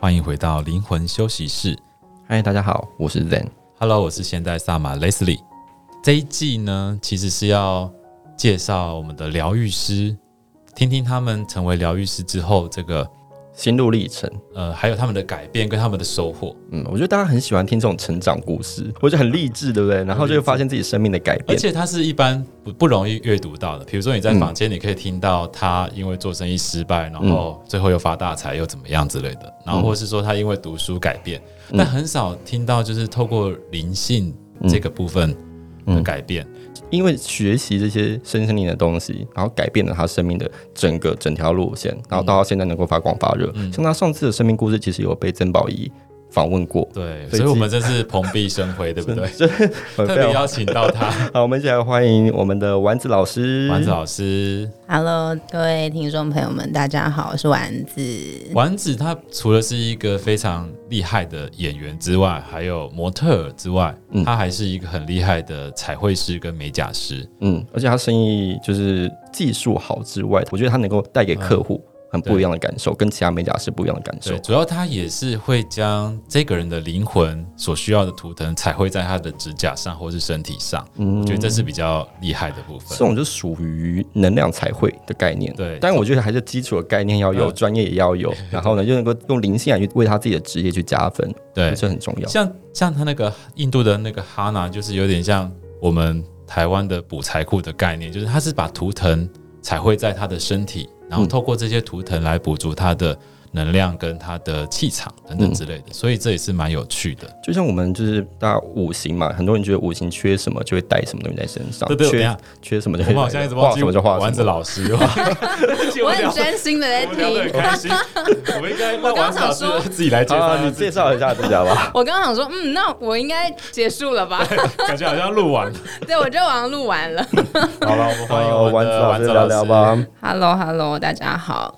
欢迎回到灵魂休息室。嗨，大家好，我是 Zen。 Hello，我是现代萨满 Leslie。这一季呢，其实是要介绍我们的疗愈师，听听他们成为疗愈师之后，这个心路历程，呃，还有他们的改变跟他们的收获。嗯，我觉得大家很喜欢听这种成长故事，我觉得很励志，对不对？然后就会发现自己生命的改而变。且它是一般不不容易阅读到的，比如说你在嗯房间，你可以听到他因为做生意失败，然后嗯最后又发大财又怎么样之类的，然后或是说他因为读书改变，嗯但很少听到就是透过灵性这个部分的改变。嗯因为学习这些身心灵的东西，然后改变了他生命的整个整条路线，嗯然后到他现在能够发光发热。像他上次的生命故事，其实有被曾宝仪访问过，对，所以所以我们这是蓬荜生辉，对不 对？很 特别邀啊请到他， 好，我们一起来欢迎我们的丸子老师。丸子老嗯师。 Hello，各位听众朋友们，大家好，我是丸子。丸子他除了是一个非常厉害的演员之外，还有模特儿之外，嗯他还是一个很厉害的彩绘师跟美甲师。嗯，而且他生意就是技术好之外，我觉得他能够带给客户嗯很不一样的感受，跟其他美甲师不一样的感受对，。主要他也是会将这个人的灵魂所需要的图腾彩绘在他的指甲上或是身体上，嗯我觉得这是比较厉害的部这分。种就属于能量彩绘的概念，对但我觉得还是基础的概念要有，嗯专业也 要有，然后呢，就能够用灵性来去为他自己的职业去加分，对，这很重要。像像他那个印度的那个哈娜，就是有点像我们台湾的补财库的概念，就是他是把图腾彩绘在他的身体，然后透过这些图腾来补足他的能量跟他的气场等等之类的，所以这也是蛮有趣的。就像我们就是大家五行嘛，很多人觉得五行缺什么就会带什么东西在身上，对对，等一缺下，缺什么就我会们好像一直画忘记什么就画什么丸子老师，我我很专心的在我们聊得很听，开心，我们应该让我丸刚子老想师说自己来介好绍啊，一下你自己，介绍一下自己好吧？我刚刚想说，嗯，那我应该结束了吧？感觉好像录完了。 对，我就好像录完了。好了，我们欢迎好我们呃丸子的老丸师子聊老聊师。吧。 Hello，Hello，大家好。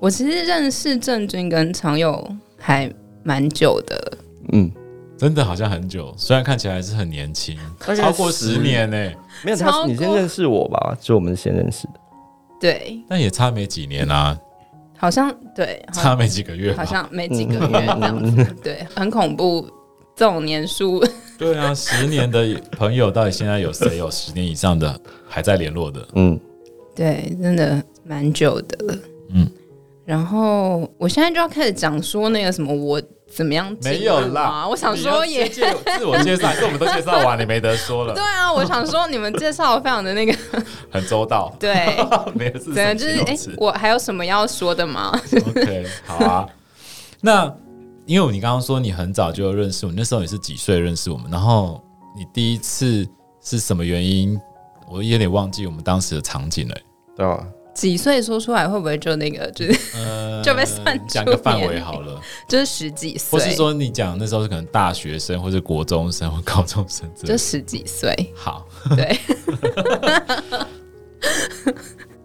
我其实认识郑钧跟常佑还蛮久的，嗯，真的好像很久，虽然看起来是很年轻，大概超过十十年呢、没有超他，过你先认识我吧，就我们先认识的。对，但也差没几年啊，好像对，好差没几个月吧。好像没几个月这样子，对，很恐怖。这种年数，对啊，十年的朋友到底现在有谁有十年以上的还在联络的？ 嗯，对，真的蛮久的了。嗯，然后我现在就要开始讲说那个什么我怎么样进入没有啦，啊我想说你要也先介自我介绍，可是我们都介绍完，你没得说了 对，啊，我想说你们介绍得非常的那个。很周到对，没有是什么真的就是形容哎、词我还有什么要说的吗？ OK，好啊。那因为你刚刚说你很早就认识我，那时候你是几岁认识我们？然后你第一次是什么原因？我有点忘记我们当时的场景了、对啊吧？几岁说出来会不会就那个就是呃就被算出讲个范年围龄好 了，就是十几或是岁，说你讲那时候是可能大学生，或是国中生或高中生之类就的。十几岁，好， 对，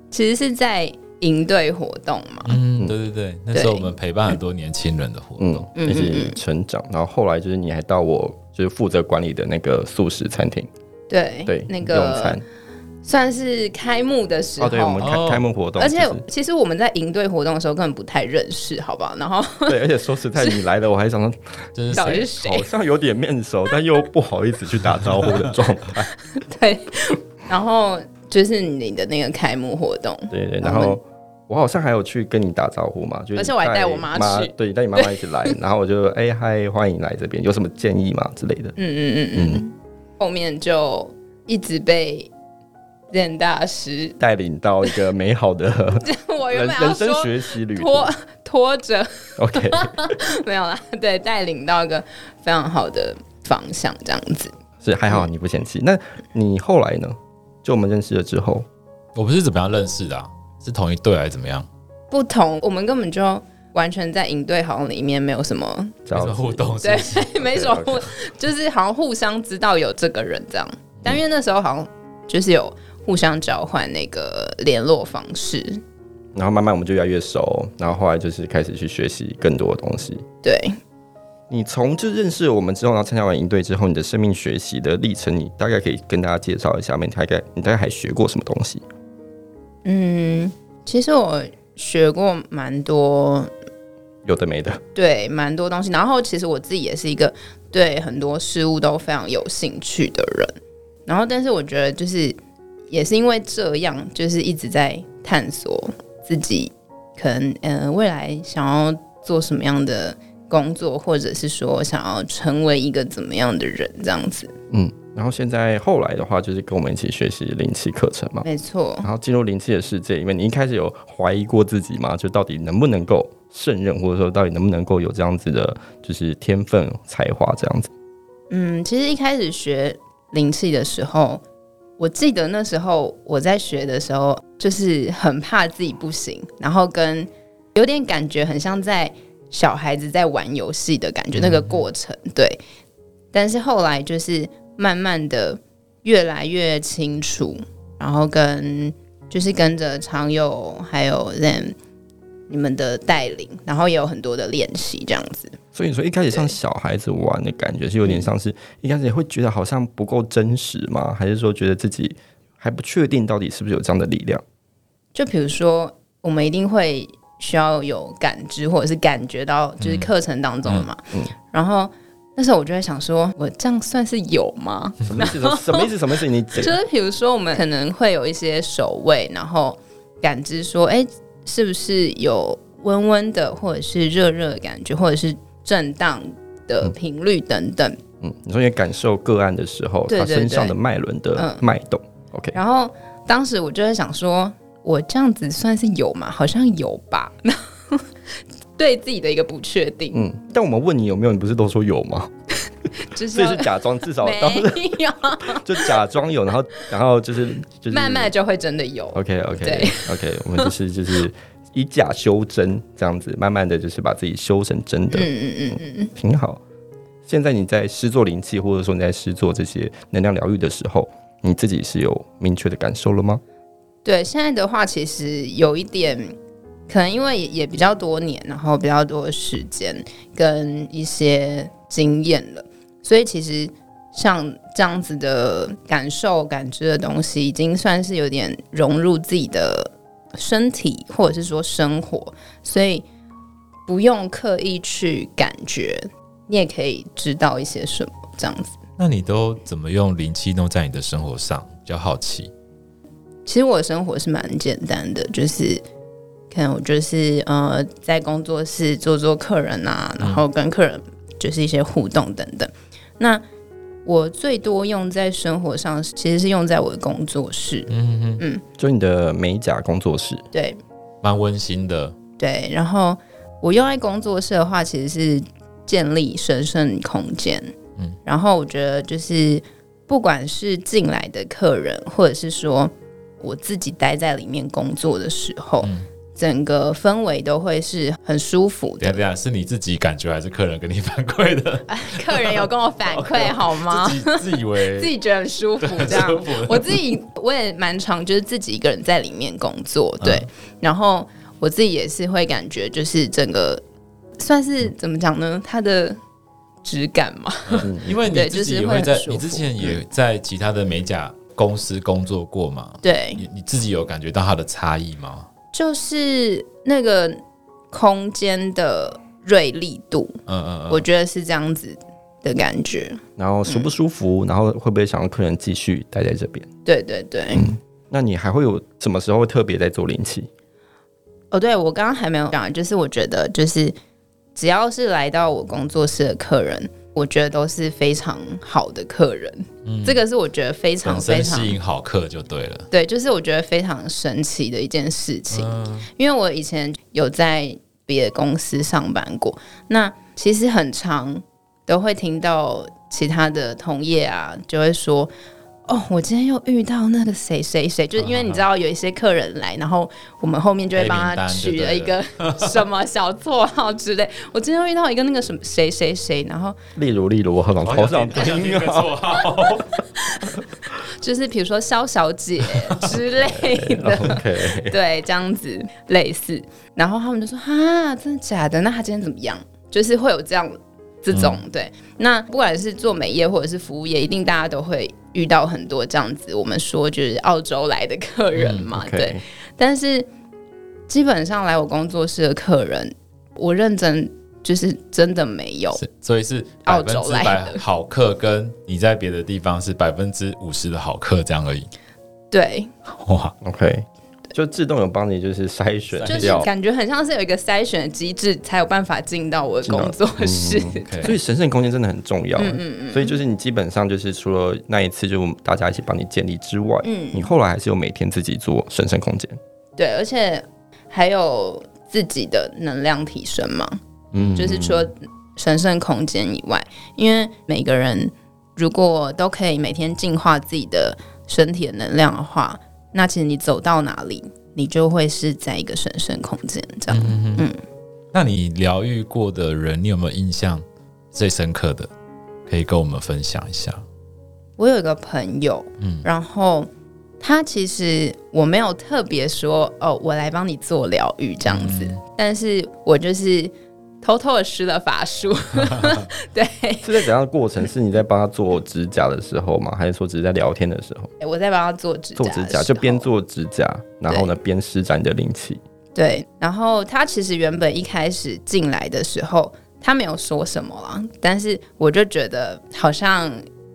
其实是在营队活动嘛，嗯，对对对，那时候对我们陪伴很多年轻人的活动，嗯，一起成长，然后后来就是你还到我就是负责管理的那个素食餐厅，对对，哎那用个餐算是开幕的时候，哦，对，我们哦开开幕活动，而且 就是其实我们在营队活动的时候根本不太认识，好不好？然后对，而且说实在，你来了，我还想 说就是到底谁是谁？好像有点面熟，但又不好意思去打招呼的状 态。 对，然后就是你的那个开幕活动，对对，然然后后我好像还有去跟你打招呼嘛，就是而且我还带我妈妈去对，带你妈妈一起 来，然后我就哎嗨，欢迎来这边，有什么建议吗之类的嗯。嗯嗯嗯，后面就一直被任大师， 带领到一个美好的我原人本要人生说学习旅途。拖拖着 OK，没有啦，对，带领到一个非常好的方向，这样子。是还好你不嫌弃。那你后来呢？就我们认识了之后，我们是怎么样认识的、啊？是同一队还是怎么样？不同，我们根本就完全在营队好像里面没有什么，知没道什么互动是对不哦是？， 没什么互，就是好像互相知道有这个人这样。但因为那时候好像就是有互相交换那个联络方式，然后慢慢我们就越来越熟，然后后来就是开始去学习更多的东西。对，你从就认识我们之后，然后参加完营队之后，你的生命学习的历程，你大概可以跟大家介绍一下吗？你大概你大概还学过什么东西？嗯，其实我学过蛮多有的没的。对，蛮多东西。然后其实我自己也是一个对很多事物都非常有兴趣的人。然后，但是我觉得就是也是因为这样，就是一直在探索自己可能呃未来想要做什么样的工作，或者是说想要成为一个怎么样的人这样子。嗯，然后现在后来的话，就是跟我们一起学习灵气课程嘛。没错，然后进入灵气的世界里面，你一开始有怀疑过自己吗？就到底能不能够胜任，或者说到底能不能够有这样子的，就是天分才华这样子？嗯，其实一开始学灵气的时候，我记得那时候我在学的时候，就是很怕自己不行，然后跟有点感觉很像在小孩子在玩游戏的感觉，那个过程对。但是后来就是慢慢的越来越清楚，然后跟就是跟着常友还有 Zen 你们的带领，然后也有很多的练习这样子。所以你说一开始像小孩子玩的感觉，是有点像是一开始会觉得好像不够真实吗？还是说觉得自己还不确定到底是不是有这样的力 量？就比如说，我们一定会需要有感知，或者是感觉到，嗯就是课程当中嘛。然后那时候我就在想说，我这样算是有吗？什么意思？什么意思？什么意思？你就这是比如说，我们可能会有一些手位，然后感知说，哎、是不是有温温的，或者是热热的感觉，或者是震荡的频率等等。嗯，你说你感受个案的时候，对他对身上对的脉轮的嗯脉动。OK，然后当时我就在想说，我这样子算是有吗？好像有吧。 然后对自己的一个不确定，嗯，但我们问你有没有，你不是都说有吗？就是所以要是假装，至 少没当时有，就假装有，然后然后就是就是慢慢就会真的有。 OK OK 对 OK，我们就是就是以假修真这样子，慢慢的就是把自己修成真的，嗯嗯嗯嗯，挺好。现在你在施做灵气，或者说你在施做这些能量疗愈的时候，你自己是有明确的感受了吗？对。现在的话，其实有一点，可能因为也也比较多年，然后比较多时间跟一些经验了，所以其实像这样子的感受、感知的东西，已经算是有点融入自己的身体，或者是说生活，所以不用刻意去感觉，你也可以知道一些什么这样子。那你都怎么用灵气弄在你的生活上？比较好奇。其实我的生活是蛮简单的，就是可能我就是呃在工作室做做客人啊，然后跟客人就是一些互动等等。那我最多用在生活上，其实是用在我的工作室。嗯哼，就你的美甲工作室，对蛮温馨的。对，然后我用在工作室的话，其实是建立神圣空间。嗯，然后我觉得就是不管是进来的客人，或者是说我自己待在里面工作的时候，嗯整个氛围都会是很舒服等一下的。等一下，啊是你自己感觉还是客人给你反馈 的？客人有跟我反 馈好吗？自己自以为啊自己觉得很舒服，这 样很舒服的我自己我也蛮常就是自己一个人在里面工作，对，然后我自己也是会感觉就是整个算是怎么讲呢？它的质感嘛，因为你对自己就是也会会很在，舒你服之前也在其他的美甲公司工作过嘛？对，你你自己有感觉到它的差异吗？就是那个空间的锐利度，嗯嗯嗯，我觉得是这样子的感觉，然后舒不舒服，然后会不会想让客人继续待在这边？对对对。那你还会有什么时候特别在做灵气？哦，对，我刚刚还没有讲，就是我觉得就是只要是来到我工作室的客人，我觉得都是非常好的客人，这个是我觉得非常本非身常吸。引好客就对了。对，就是我觉得非常神奇的一件事情，嗯因为我以前有在别的公司上班过，那其实很常都会听到其他的同业啊，就会说。哦，我今天又遇到那个谁谁谁，嗯就是因为你知道有一些客人来，然后我们后面就会帮黑名他单就取对了一个 什么小绰号之类。我今天又遇到一个那个什么谁谁谁，然后例如，例如，我好想好想 听啊！绰号，就是比如说肖小姐之类 的，哦 OK，对，这样子类似。然后他们就说：“哈，真的假的？那他今天怎么样？”就是会有这样这种、对。那不管是做美业或者是服务业，一定大家都会遇到很多这样子。我们说就是澳洲来的客人嘛，对。 OK，但是基本上来我工作室的客人，我认真就是真的没有，是所以是百澳分洲之啊来百的好客，跟你在别的地方是百分之五十的好客这样而已。对，哇， OK，就自动有帮你就是筛选就就是掉。感觉很像是有一个筛选的机制，才有办法进到嗯我的工作室。 OK 所以神圣空间真的很重要，嗯嗯嗯，所以就是你基本上就是除了那一次就我们大家一起帮你建立之外，嗯你后来还是有每天自己做神圣空间，对，而且还有自己的能量提升嘛，嗯就是除了神圣空间以外，因为每个人如果都可以每天净化自己的身体的能量的话，那其实你走到哪里，你就会是在一个神圣空间这样。那你疗愈过的人，你有没有印象最深刻的？可以跟我们分享一下。我有一个朋友，嗯然后他其实我没有特别说哦，我来帮你做疗愈这样子，但是我就是偷偷的施了法术，对嗯是在怎样的过程？是你在帮他做指甲的时候 吗？还是说只是在聊天的时候我在帮他做指甲做的时指候，甲？就边做指甲，然后呢边施展你的灵气。对，然后他其实原本一开始进来的时候，他没有说什么啦，但是我就觉得好像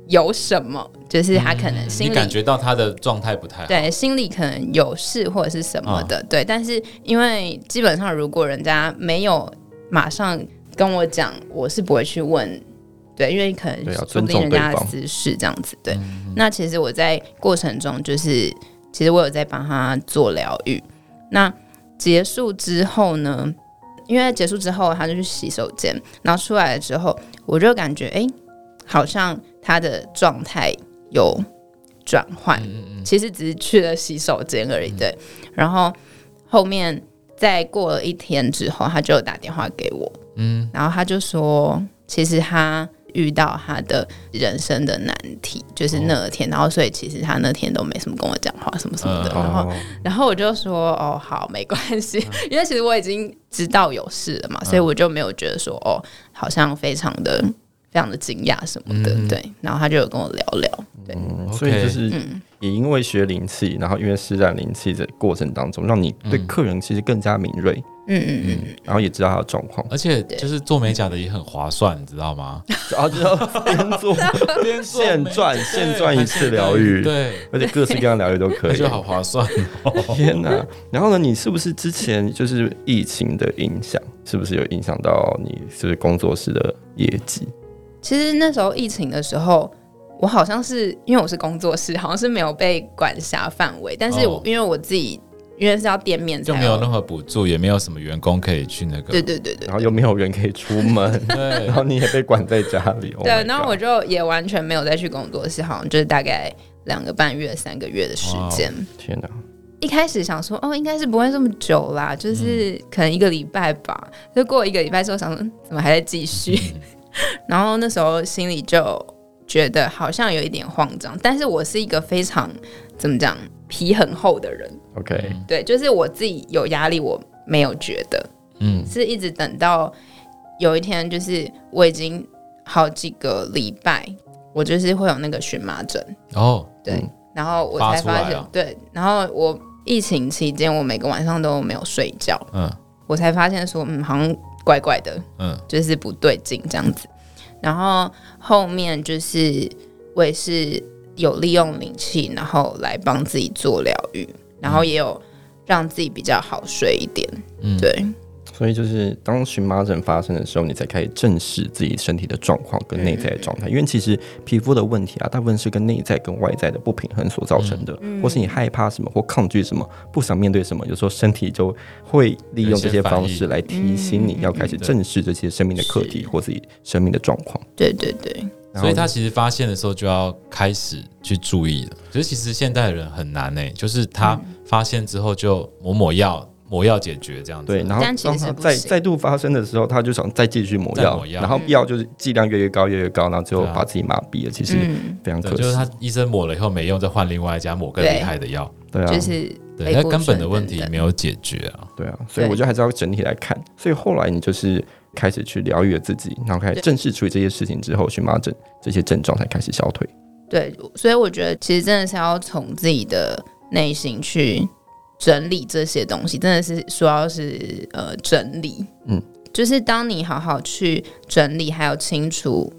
有什么，就是他可能嗯心你里、感觉到他的状态不太好，对，心里可能有事或者是什么啊的，对。但是因为基本上如果人家没有马上跟我讲，我是不会去问，对，因为可能对要说尊不定重人家对的方嗯私事这样子，对。那其实我在过程中就是，其实我有在帮他做疗愈。那结束之后呢，因为结束之后他就去洗手间，然后出来了之后，我就感觉哎、诶好像他的状态有转换，其实只是去了洗手间而已。对，然后后面再过了一天之后，他就有打电话给我，嗯，然后他就说，其实他遇到他的人生的难题，就是那天，然后所以其实他那天都没什么跟我讲话什么什么的，然后哦，然后我就说哦，好，没关系， 因为其实我已经知道有事了嘛，所以我就没有觉得说哦，好像非常的非常的惊讶什么的，对。然后他就有跟我聊聊，对，嗯 OK。所以就是嗯也因为学灵气，然后因为施展灵气的过程当中，让你对客人其实更加敏锐，嗯嗯嗯，然后也知道他的状况而且就是做美甲的也很划算，你知道 吗？然后之后啊边做边做现美赚对现赚一次还是疗愈对，而且各式各样的疗愈都可那以，就好划算哦。天哪！然后呢，你是不是之前就是疫情的影响，是不是有影响到你就是工作室的业绩？其实那时候疫情的时候，我好像是因为我是工作室，好像是没有被管辖范围，但是我、哦因为我自己因为是要店面才就没有任何补助，也没有什么员工可以去那个。，对对对对然后又没有人可以出门 对然后你也被关在家里。Oh 对， my 然后我 God 就也完全没有再去工作室，好像就是大概两个半月、三个月的时间。天哪！一开始想说，哦，应该是不会这么久啦，就是可能一个礼拜吧。就过一个礼拜之后，想说嗯怎么还在继续？ 然后那时候心里就觉得好像有一点慌张，但是我是一个非常怎么讲皮很厚的人， OK，对，就是我自己有压力，我没有觉得，嗯，是一直等到有一天，就是我已经好几个礼拜，我就是会有那个荨麻疹，哦，对，嗯然后我才发出来发现，了对，然后我疫情期间，我每个晚上都没有睡觉，嗯我才发现说，嗯，好像怪怪的，嗯，就是不对劲这样子。然后后面就是我也是有利用灵气，然后来帮自己做疗愈，然后也有让自己比较好睡一点，嗯对。所以就是当荨麻疹发生的时候，你才开始正视自己身体的状况跟内在的状态。嗯因为其实皮肤的问题啊，大部分是跟内在跟外在的不平衡所造成的，嗯或是你害怕什么或抗拒什么，不想面对什么，有时候身体就会利用这些方式来提嗯醒你要开始正视这些生命的课题或自己生命的状况。对对对，所然后以他其实发现的时候就要开始去注意了。可是其实现代人很难诶，就是他发现之后就抹抹药，抹药解决这样子。对，然后但其实当他不再行再度发生的时候，他就想再继续抹再药抹，药嗯然后药就是剂量越来越高，越来越高，然后最后对啊把自己麻痹了。其实嗯，非常对可惜，就是他医生抹了以后没用，再换另外一家抹更厉害的药。对啊，就是对，类那固根本醇的问等题等没有解决啊。对啊，所以对我觉得还是要整体来看。所以后来你就是开始去疗愈了自己，然后开始正式处理这些事情之后，荨麻疹这些症状才开始消退。对，所以我觉得其实真的是要从自己的内心去整理这些东西，真的是说要是呃整理，嗯，就是当你好好去整理，还有清楚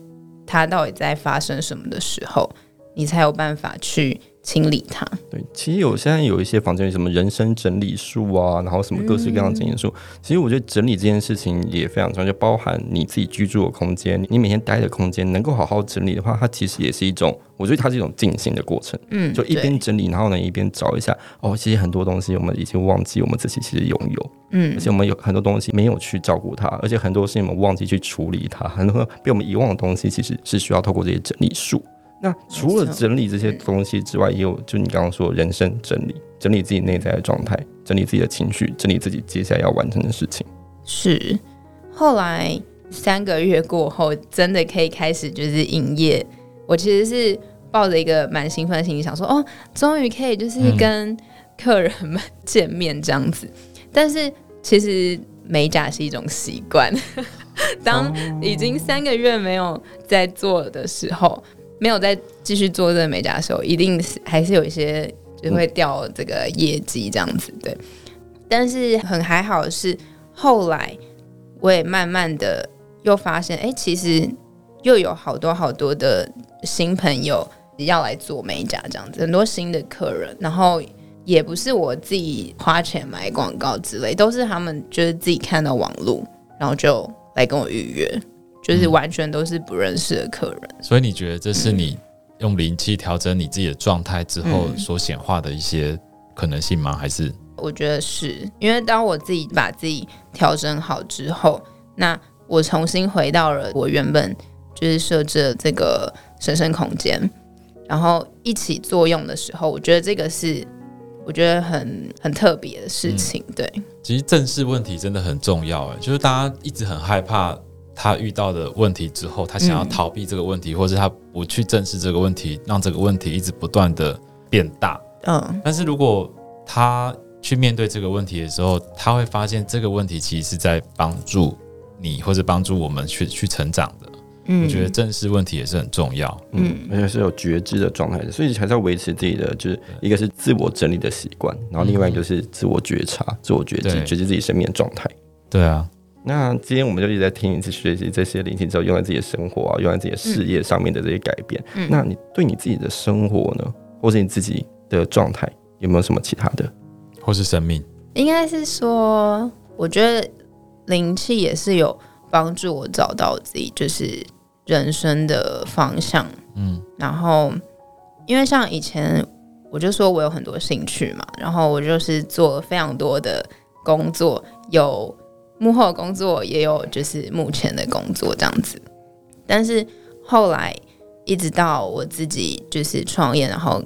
它到底在发生什么的时候，你才有办法去清理它。对，其实有现在有一些房间有什么人生整理术啊，然后什么各式各样的整理术。嗯其实我觉得整理这件事情也非常重要，就包含你自己居住的空间，你每天待的空间能够好好整理的话，它其实也是一种，我觉得它是一种进行的过程。嗯，就一对边整理，然后呢一边找一下，哦，其实很多东西我们已经忘记我们自己其实拥有，嗯而且我们有很多东西没有去照顾它，而且很多事情我们忘记去处理它，很多被我们遗忘的东西其实是需要透过这些整理术。那除了没错整理这些东西之外，也有就你刚刚说的人生整理，整理自己内在的状态，整理自己的情绪，整理自己接下来要完成的事情。是，后来三个月过后，真的可以开始就是营业。我其实是抱着一个蛮兴奋的心情，想说哦，终于可以就是嗯跟客人们见面这样子。但是其实美甲是一种习惯， 当已经三个月没有在做的时候，没有再继续做这个美甲的时候，一定是还是有一些就会掉这个业绩这样子，对。但是很还好的是，后来我也慢慢的又发现，哎、其实又有好多好多的新朋友要来做美甲，这样子很多新的客人，然后也不是我自己花钱买广告之类，都是他们就是自己看到网络，然后就来跟我预约，就是完全都是不认识的客人。所以你觉得这是你用灵气调整你自己的状态之后嗯所显化的一些可能性吗？还是我觉得是因为当我自己把自己调整好之后，那我重新回到了我原本就是设置的这个神圣空间，然后一起作用的时候，我觉得这个是我觉得很很特别的事情。对，其实正视问题真的很重要？哎，就是大家一直很害怕他遇到的问题之后，他想要嗯逃避这个问题，或是他不去正视这个问题，让这个问题一直不断的变大。嗯，但是如果他去面对这个问题的时候，他会发现这个问题其实是在帮助你，或者帮助我们去去成长的。嗯我觉得正视问题也是很重要。嗯，而且是有觉知的状态的，所以还是要维持自己的，就是一个是自我整理的习惯，然后另外一个就是自我觉察、自我觉知、对觉知自己生命的状态。对啊，那今天我们就一直在听你去学习这些灵性之后，用在自己的生活啊，用在自己的事业上面的这些改变。嗯那你对你自己的生活呢，或是你自己的状态，有没有什么其他的？或是生命。应该是说，我觉得灵气也是有帮助我找到自己就是人生的方向。嗯，然后因为像以前我就说我有很多兴趣嘛，然后我就是做了非常多的工作，有幕后的工作，也有就是目前的工作这样子。但是后来一直到我自己就是创业，然后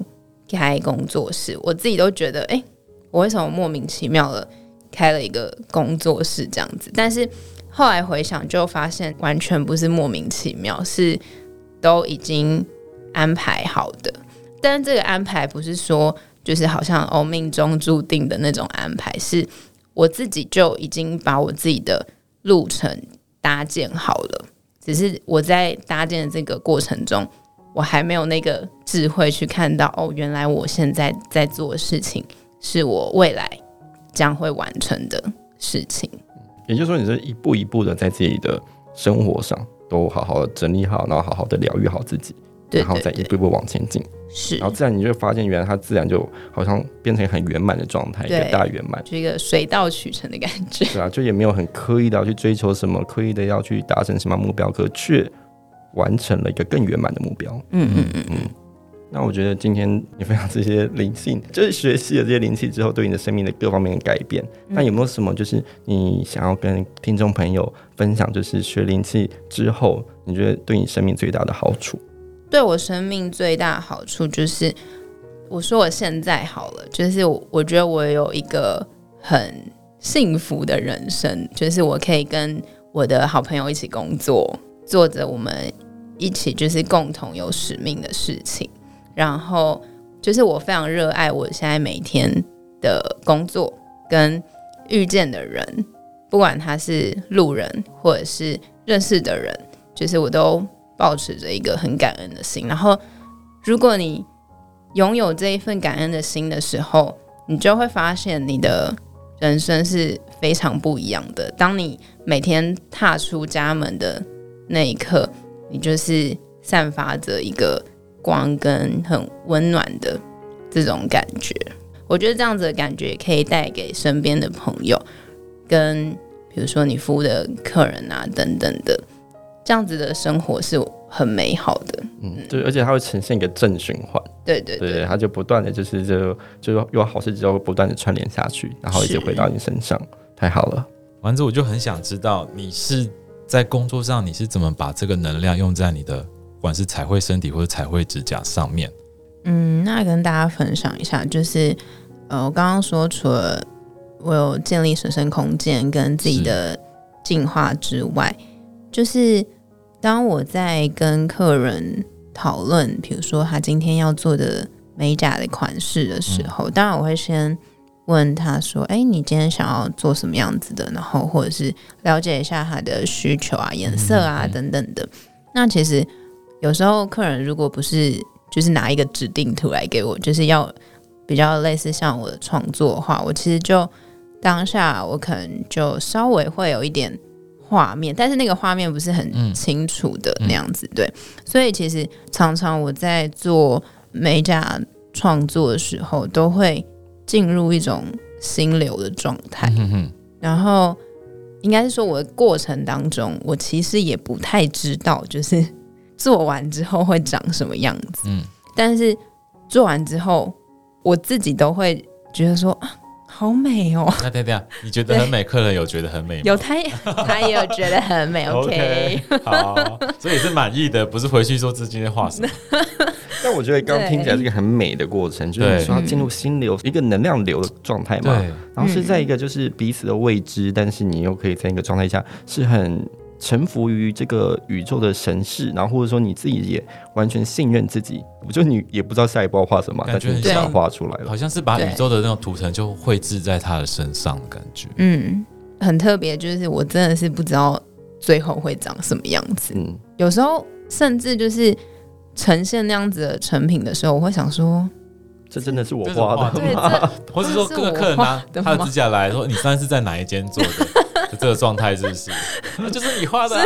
开工作室，我自己都觉得，哎、我为什么莫名其妙的开了一个工作室这样子？但是后来回想，就发现完全不是莫名其妙，是都已经安排好的。但这个安排不是说就是好像哦命中注定的那种安排，是我自己就已经把我自己的路程搭建好了。只是我在搭建的这个过程中，我还没有那个智慧去看到哦，原来我现在在做的事情是我未来将会完成的事情。也就是说，你是一步一步的在自己的生活上都好好的整理好，然后好好的疗愈好自己，对然后对再一对，嗯步一步往前进。是然后自然你就会发现，原来它自然就好像变成很圆满的状态，一对个大圆满。就一个水到渠成的感觉。对啊，就也没有很刻意的要去追求什么，刻意的要去达成什么目标，可却完成了一个更圆满的目标。嗯嗯嗯，那我觉得今天你分享这些灵性，就是学习了这些灵气之后，对你的生命的各方面的改变，那有没有什么就是你想要跟听众朋友分享，就是学灵气之后，你觉得对你生命最大的好处？对我生命最大的好处就是，我说我现在好了，就是我我觉得我有一个很幸福的人生，就是我可以跟我的好朋友一起工作，做着我们一起就是共同有使命的事情，然后就是我非常热爱我现在每天的工作跟遇见的人，不管他是路人或者是认识的人，就是我都保持着一个很感恩的心。然后，如果你拥有这一份感恩的心的时候，你就会发现你的人生是非常不一样的。当你每天踏出家门的那一刻，你就是散发着一个光跟很温暖的这种感觉。我觉得这样子的感觉可以带给身边的朋友，跟比如说你服务的客人啊等等的，这样子的生活是很美好的。嗯，对，而且它会呈现一个正循环，对对对，它就不断的就是就就有好事之后不断的串联下去，然后一直是回到你身上，太好了。丸子，我就很想知道你是在工作上你是怎么把这个能量用在你的不管是彩绘身体或者彩绘指甲上面。嗯，那跟大家分享一下，就是呃，我刚刚说除了我有建立水生空间跟自己的进化之外，就是当我在跟客人讨论，比如说他今天要做的美甲的款式的时嗯候，当然我会先。问他说：“哎、你今天想要做什么样子的？然后或者是了解一下他的需求啊、颜色啊、嗯嗯等等的。那其实有时候客人如果不是就是拿一个指定图来给我，就是要比较类似像我的创作的话，我其实就当下我可能就稍微会有一点画面，但是那个画面不是嗯很清楚的嗯那样子，对，所以其实常常我在做美甲创作的时候，都会进入一种心流的状态，嗯哼哼，然后应该是说我的过程当中，我其实也不太知道，就是做完之后会长什么样子。嗯，但是做完之后，我自己都会觉得说啊，好美 哦。那等一下，你觉得很美，客人有觉得很美吗？有他也，他也有觉得很 美。OK，, 好，所以是满意的，不是回去说自己今天画什么。但我觉得刚刚听起来是一个很美的过程，就是你对说要进入心流，一个能量流的状态嘛。对，然后是在一个就是彼此的未知，但是你又可以在一个状态下是很臣服于这个宇宙的神事，然后或者说你自己也完全信任自己，我就你也不知道下一步要画什么，感但觉是你很就把它像画出来了好。像是把对宇宙的那种图腾就绘制在他的身上的感觉。嗯，很特别，就是我真的是不知道最后会长什么样子。嗯，有时候甚至就是呈现那样子的成品的时候，我会 想说，这真的是我这是我画画的的吗？这或是说是各个我客人拿画的他的吗指甲来说，你上次在哪一间做 的？这个状态是不是？ 那就是你画的啊，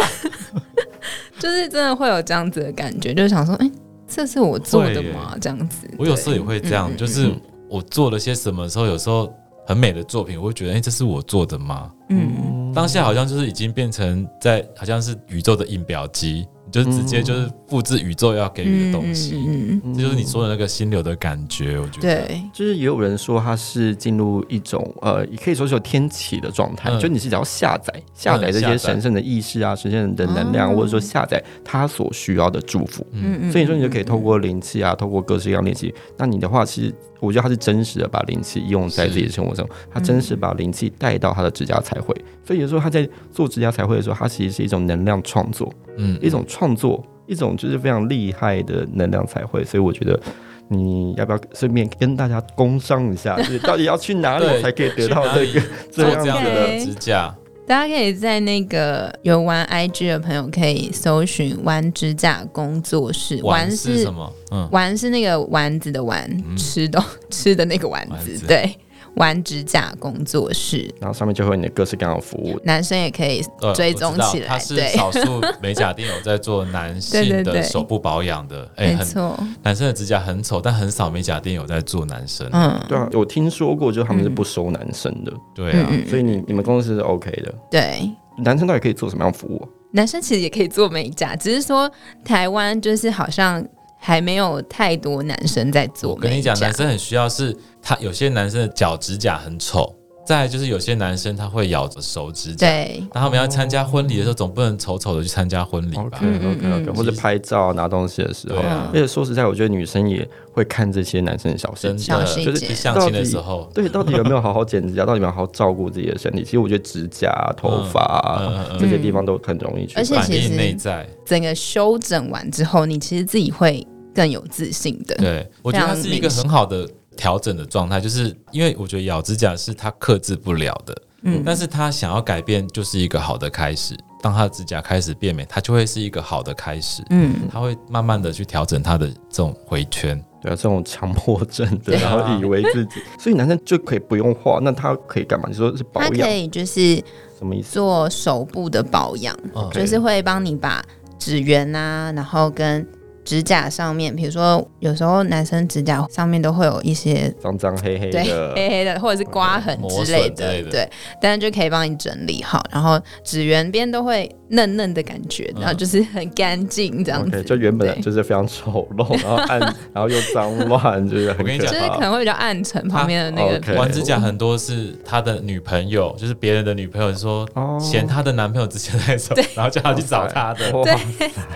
就是真的会有这样子的感觉，就想说，哎、这是我做的吗？这样子，我有对时候也会这样，嗯就是我做了些什么时候，有时候很美的作品，我会觉得，哎、这是我做的吗？嗯，当下好像就是已经变成在，好像是宇宙的印表机，你就是直接就是复制宇宙要给予的东西，嗯嗯嗯嗯这就是你说的那个心流的感觉。我觉得，对，就是也有人说它是进入一种呃，也可以说是有天启的状态，嗯就你是只要下载嗯下载这下载些神圣的意识啊、神圣的能量，哦或者说下载他所需要的祝福。嗯嗯，所以说，你就可以透过灵气嗯啊，透过各式各样的练习。那你的话，其实我觉得它是真实的把灵气用在是自己的生活中，他真实把灵气带到他的指甲彩绘。所以有时候他在做指甲彩绘的时候，它其实是一种能量创作，嗯一种创作，一种就是非常厉害的能量彩绘。所以我觉得。你要不要顺便跟大家工商 一下，就是到底要去哪对里才可以得到去哪这里个做这样这样子子的？的指甲，大家可以在那个有玩 IG 的朋友可以搜寻“玩指甲工作室”，玩是是什么？嗯，丸是那个丸子的丸，嗯吃的 吃的那个丸丸子，子对，丸指甲工作室，然后上面就会有你的各式各样的服务，男生也可以呃追我踪知道起来它是对少数美甲店有在做 男性对对的对手部保养的，哎、没很错，男生的指甲很丑，但很少美甲店有在做男生。嗯，对啊，我听说过，就是他们是嗯不收男生的，对嗯啊，嗯，所以你你们公司是 OK 的。对。男生到底可以做什么样的服务啊、男生其实也可以做美甲，只是说台湾就是好像还没有太多男生在做我跟你讲，美甲男生很需要是，他有些男生的脚指甲很丑，再来就是有些男生他会咬着手指甲。对，那他们要参加婚礼的时候，总不能丑丑的去参加婚礼吧 OK？OK 嗯嗯 OK，或者拍照拿东西的时候对，啊而，且说实在，我觉得女生也会看这些男生的小细真节。的小细就节是一相亲的时候，对，到底有没有好好剪指甲？到底有没有好好照顾自己的身体？其实我觉得指甲啊、头发嗯啊嗯嗯这些地方都很容易去嗯而且反其实映内在。整个修整完之后，你其实自己会更有自信的。对，我觉得它是一个很好的调整的状态，就是因为我觉得咬指甲是他克制不了的，嗯但是他想要改变就是一个好的开始。当他的指甲开始变美，它就会是一个好的开始。嗯，他会慢慢的去调整他的这种回圈，对啊，这种强迫症 的，对然啊后以为自己，所以男生就可以不用画，那他可以干嘛？你说是保它可养，以就是什么意思？做手部的保养，嗯 OK 就是会帮你把指缘啊，然后跟指甲上面，比如说有时候男生指甲上面都会有一些脏脏黑黑对 的，黑黑的或者是刮痕磨之损类之的，类的对，但是就可以帮你整理好，然后指缘边都会嫩嫩的感觉，嗯然后就是很干净这样子 OK，就原本对就是非常丑陋，然后 暗，然后又脏乱，就是很我跟你可讲就是可怕。能会比较暗沉旁边的那啊个，OK 玩指甲很多是他的女朋友，就是别人的女朋友说哦嫌他的男朋友之前在手，然后叫他去找他的。哇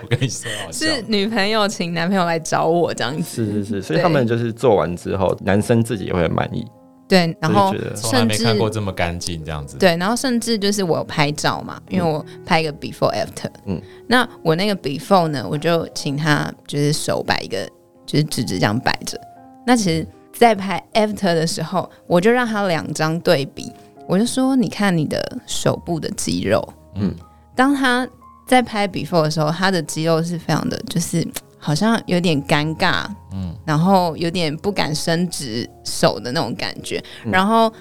我跟你说，好笑。哦是女朋友请男朋友来找我这样子，是是是，所以他们就是做完之后，男生自己也会很满意，对，然后就。是觉得从来没甚至看过这么干净这样子。，对，然后甚至就是我有拍照嘛，因为我拍一个 before after，嗯嗯，那我那个 before 呢，我就请他就是手摆一个，就是直直这样摆着。那其实，在拍 after 的时候，我就让他两张对比，我就说你看你的手部的肌肉，嗯嗯，当他在拍 before 的时候，他的肌肉是非常的，就是好像有点尴尬，嗯嗯，然后有点不敢伸直手的那种感觉，然后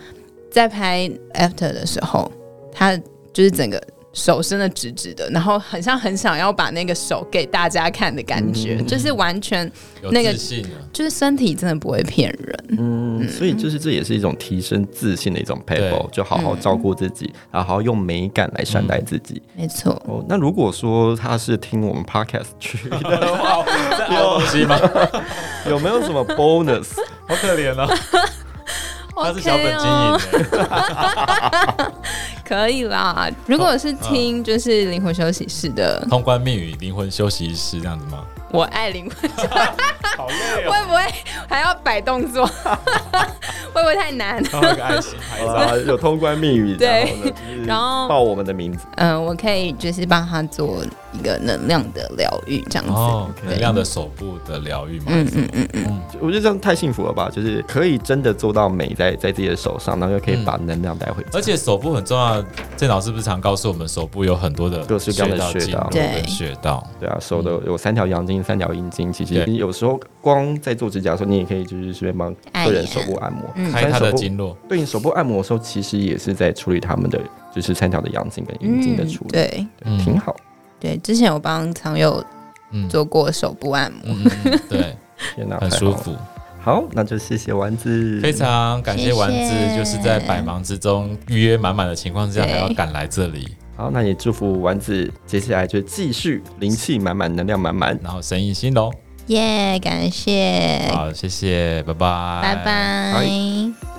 在拍 after 的时候，他就是整个手伸的直直的，然后很像很想要把那个手给大家看的感觉，嗯就是完全有那个自信啊 了。就是身体真的不会骗人，嗯，所以就是这也是一种提升自信的一种 paper，就好好照顾自己，然后好好用美感来善待自己。没错。哦，那如果说他是听我们 podcast 去的， 哇，在凹东西吗？有没有什么 bonus？好可怜哦，他是小本 OK 经哦，营的，可以啦。如果是听就是灵魂休息室的，通关密语、灵魂休息室这样子吗？我爱灵魂， 好累哦，会不会还要摆 动作？会不会太难？他有个爱心 拍照。啊，有通关密语，然后呢，就是然后报我们的名字。嗯、我可以就是帮他做一个能量的疗愈，这样子。哦，能量的手部的疗愈嘛，嗯嗯嗯，我觉得这样太幸福了吧，就是可以真的做到美在在自己的手上，然后又可嗯以把能量带回家。而且手部很重要。郑老师不是常告诉我们，手部有很多的各式各样的道、穴经道络对跟穴道。对啊，手的有三条阳经，三条阴经。其实嗯对有时候光在做指甲的时候，你也可以就是随便帮按客一人按手部按摩。嗯开但他手的部经络，对你手部按摩的时候，其实也是在处理他们的就是三条的阳经跟阴经的处理，对嗯挺好。对，之前我帮常友嗯做过手部按摩，嗯，嗯嗯对，天哪，很 太好舒了。服。好，那就谢谢丸子，非常感谢丸子，谢谢就是在百忙之中预约满满的情况之下，对还要赶来这里，好。那也祝福丸子接下来就继续灵气满满，能量满满。然后生意兴隆。耶、感谢，好，谢谢，拜拜，拜拜。